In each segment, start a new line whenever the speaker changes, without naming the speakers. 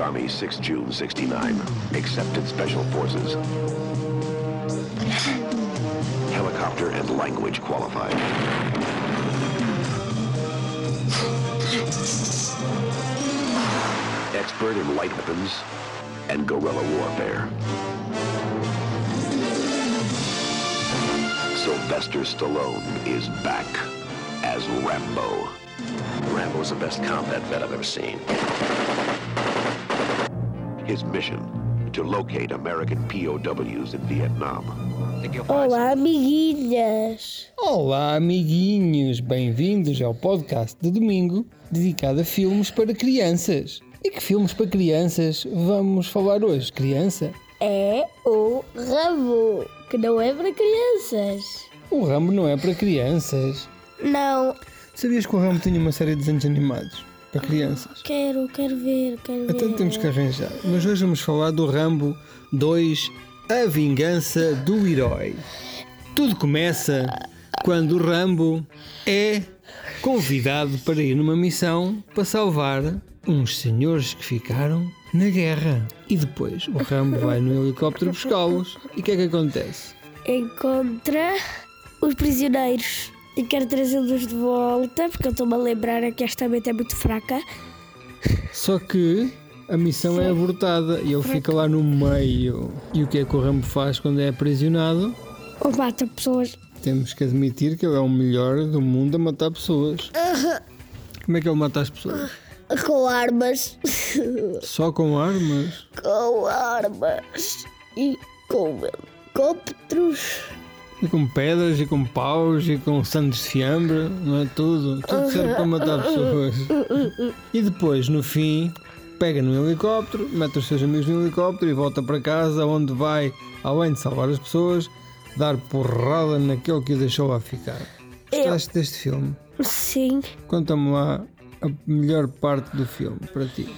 Army, 6 June 69. Accepted Special Forces. Helicopter and language qualified. Expert in light weapons and guerrilla warfare. Sylvester Stallone is back as Rambo. Rambo's the best combat vet I've ever seen. His mission to locate American POWs in Vietnam.
Olá, amiguinhas!
Olá, amiguinhos! Bem-vindos ao podcast de domingo dedicado a filmes para crianças. E que filmes para crianças vamos falar hoje, criança?
É o Rambo, que não é para crianças.
O Rambo não é para crianças.
Não,
Sabias que o Rambo tinha uma série de desenhos animados para crianças?
quero, quero ver, quero ver.
Então temos que arranjar. Mas hoje vamos falar do Rambo 2 A Vingança do Herói. Tudo começa quando o Rambo é convidado para ir numa missão para salvar uns senhores que ficaram na guerra. E depois o Rambo vai no helicóptero buscá-los. E o que é que acontece?
Encontra os prisioneiros e quero trazê-los de volta, porque eu estou-me a lembrar que esta mente é muito fraca.
Só que a missão é abortada e ele fica lá no meio. E o que é que o Rambo faz quando é aprisionado?
Ou mata pessoas.
Temos que admitir que ele é o melhor do mundo a matar pessoas. Como é que ele mata as pessoas?
Com armas.
Só com armas?
com armas. E com helicópteros.
E com pedras, e com paus, e com sandes de fiambre, não é tudo? Tudo serve para matar pessoas. E depois, no fim, pega no helicóptero, mete os seus amigos no helicóptero e volta para casa, onde vai, além de salvar as pessoas, dar porrada naquele que o deixou lá ficar. Gostaste deste filme?
Sim,
Conta-me lá a melhor parte do filme para ti.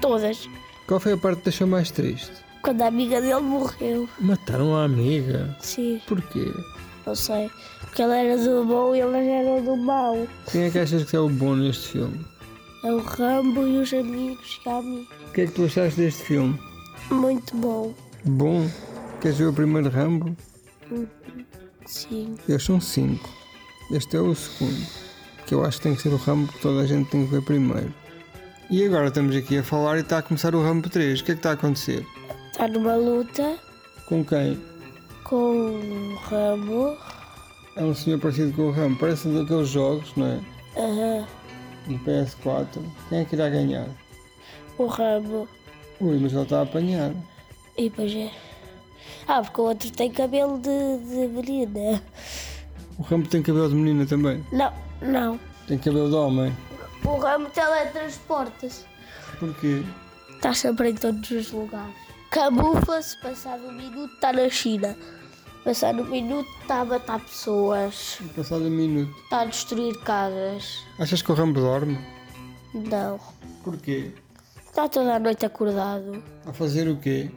todas.
Qual foi a parte que te deixou mais triste?
Quando a amiga dele morreu.
Mataram a amiga.
Sim,
Porquê?
não sei. Porque ela era do bom e elas eram do mau.
Quem é que achas que é o bom neste filme?
É o Rambo e os amigos e a mim.
O que é que tu achaste deste filme?
Muito bom.
Bom. Queres ver o primeiro Rambo?
Sim.
Eles são cinco. Este é o segundo. Que eu acho que tem que ser o Rambo que toda a gente tem que ver primeiro. E agora estamos aqui a falar e está a começar o Rambo 3. O que é que está a acontecer?
Está Tá numa luta
Com quem?
com o Rambo.
É um senhor parecido com o Rambo. Parece um daqueles jogos, não é? Um
Aham.
No PS4. Quem é que irá ganhar?
O Rambo.
Ui, mas ele está a apanhar.
E depois é. Ah, porque o outro tem cabelo de, de menina.
O Rambo tem cabelo de menina também.
Não, não.
Tem cabelo de homem.
O Rambo teletransporta-se.
Porquê?
Está sempre em todos os lugares. Camufla-se, passado um minuto está na China. Passado um minuto está a matar pessoas.
Passado um minuto.
Está a destruir casas.
Achas que o Rambo dorme?
Não.
Porquê?
Está toda a noite acordado eh,
A fazer o quê?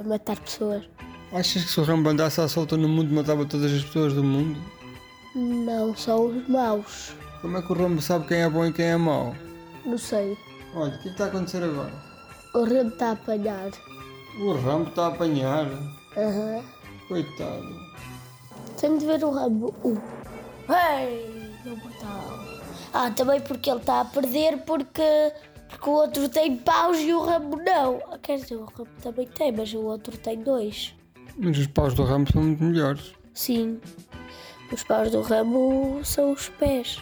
a matar pessoas.
Achas que se o Rambo andasse à solta no mundo matava todas as pessoas do mundo?
Não são os maus.
Como é que o Rambo sabe quem é bom e quem é mau?
Não sei.
Olha, o que é que está a acontecer agora?
O Rambo está a apanhar.
O Rambo está a apanhar.
Aham.
Coitado.
Tenho de ver o Rambo 1. Ei, não matar. Ah, também porque ele está a perder porque, porque o outro tem paus e o Rambo não. Ah, Quer dizer, o Rambo também tem, mas o outro tem dois.
Mas os paus do Rambo são muito melhores.
Sim. Os paus do Rambo são os pés.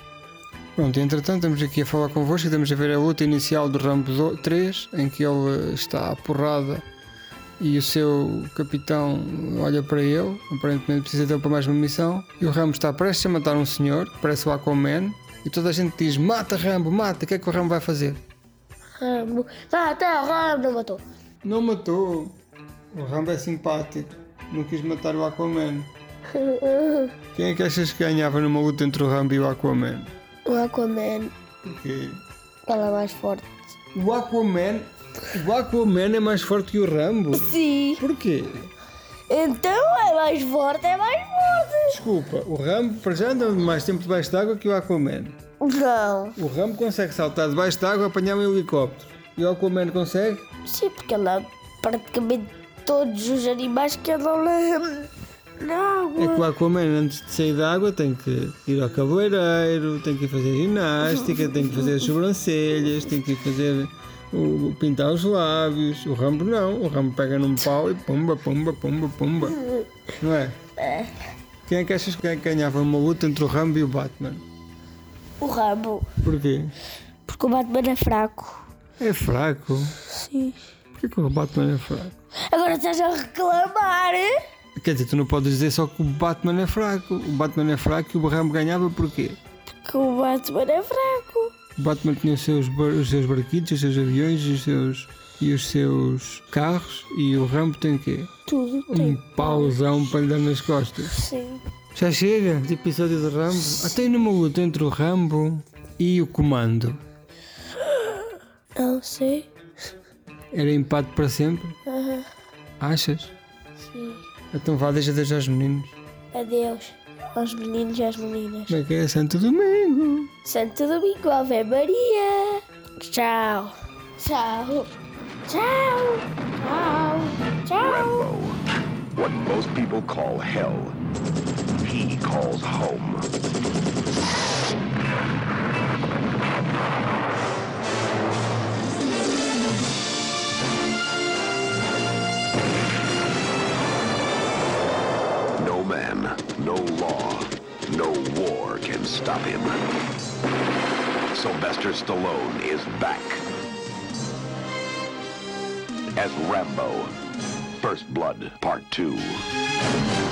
Pronto, entretanto estamos aqui a falar convosco e estamos a ver a luta inicial do Rambo do- 3, em que ele eh, está à porrada e o seu capitão olha para ele, aparentemente precisa dele para mais uma missão, e o Rambo está prestes a matar um senhor, que parece o Aquaman, e toda a gente diz, mata Rambo, mata, o que é que o Rambo vai fazer?
Rambo. Ah, tá, o Rambo não matou.
Não matou, o Rambo é simpático, não quis matar o Aquaman. Quem é que achas que ganhava numa luta entre o Rambo e o Aquaman?
O Aquaman.
Porquê?
Ela é mais forte.
O Aquaman, o Aquaman é mais forte que o Rambo.
Sim.
Porquê?
Então é mais forte, é mais forte.
Desculpa, o Rambo para já anda mais tempo debaixo d'água que o Aquaman.
Não.
O Rambo consegue saltar debaixo d'água e apanhar um helicóptero. E o Aquaman consegue?
Sim, porque ele é praticamente todos os animais que andam na, na água.
É que o Aquaman, antes de sair da água, tem que ir ao cabeleireiro, tem que ir fazer ginástica, tem que fazer as sobrancelhas, tem que ir fazer. o- pintar os lábios. O Rambo não. O Rambo pega num pau e pumba, pumba, pumba, pumba. Não é? Quem é que achas que ganhava uma luta entre o Rambo e o Batman?
O Rambo,
Porquê?
porque o Batman é fraco.
É fraco.
Sim.
Porquê que o Batman é fraco?
Agora estás a reclamar, hein?
Quer dizer, tu não podes dizer só que o Batman é fraco. O Batman é fraco e o Rambo ganhava porquê?
Porque o Batman é fraco.
O Batman tinha os seus, bar- os seus barquitos, os seus aviões os seus, e os seus carros. E o Rambo tem o quê?
Tudo
Um
tem.
pauzão para lhe dar nas costas.
Sim.
Já chega de episódio de Rambo. Até numa luta entre o Rambo e o Comando.
Não sei.
Era empate para sempre? Achas?
Sim.
Então vá, deixa deixar aos meninos.
Adeus aos meninos e às meninas.
Como é que é? Santo Domingo!
Santo Domingo, Ave Maria. Tchau. Tchau. Tchau. Tchau. Tchau.
Rambo. What most people call hell, he calls home. No man, no law, no war can stop him. Sylvester Stallone is back as Rambo. First Blood, Part 2.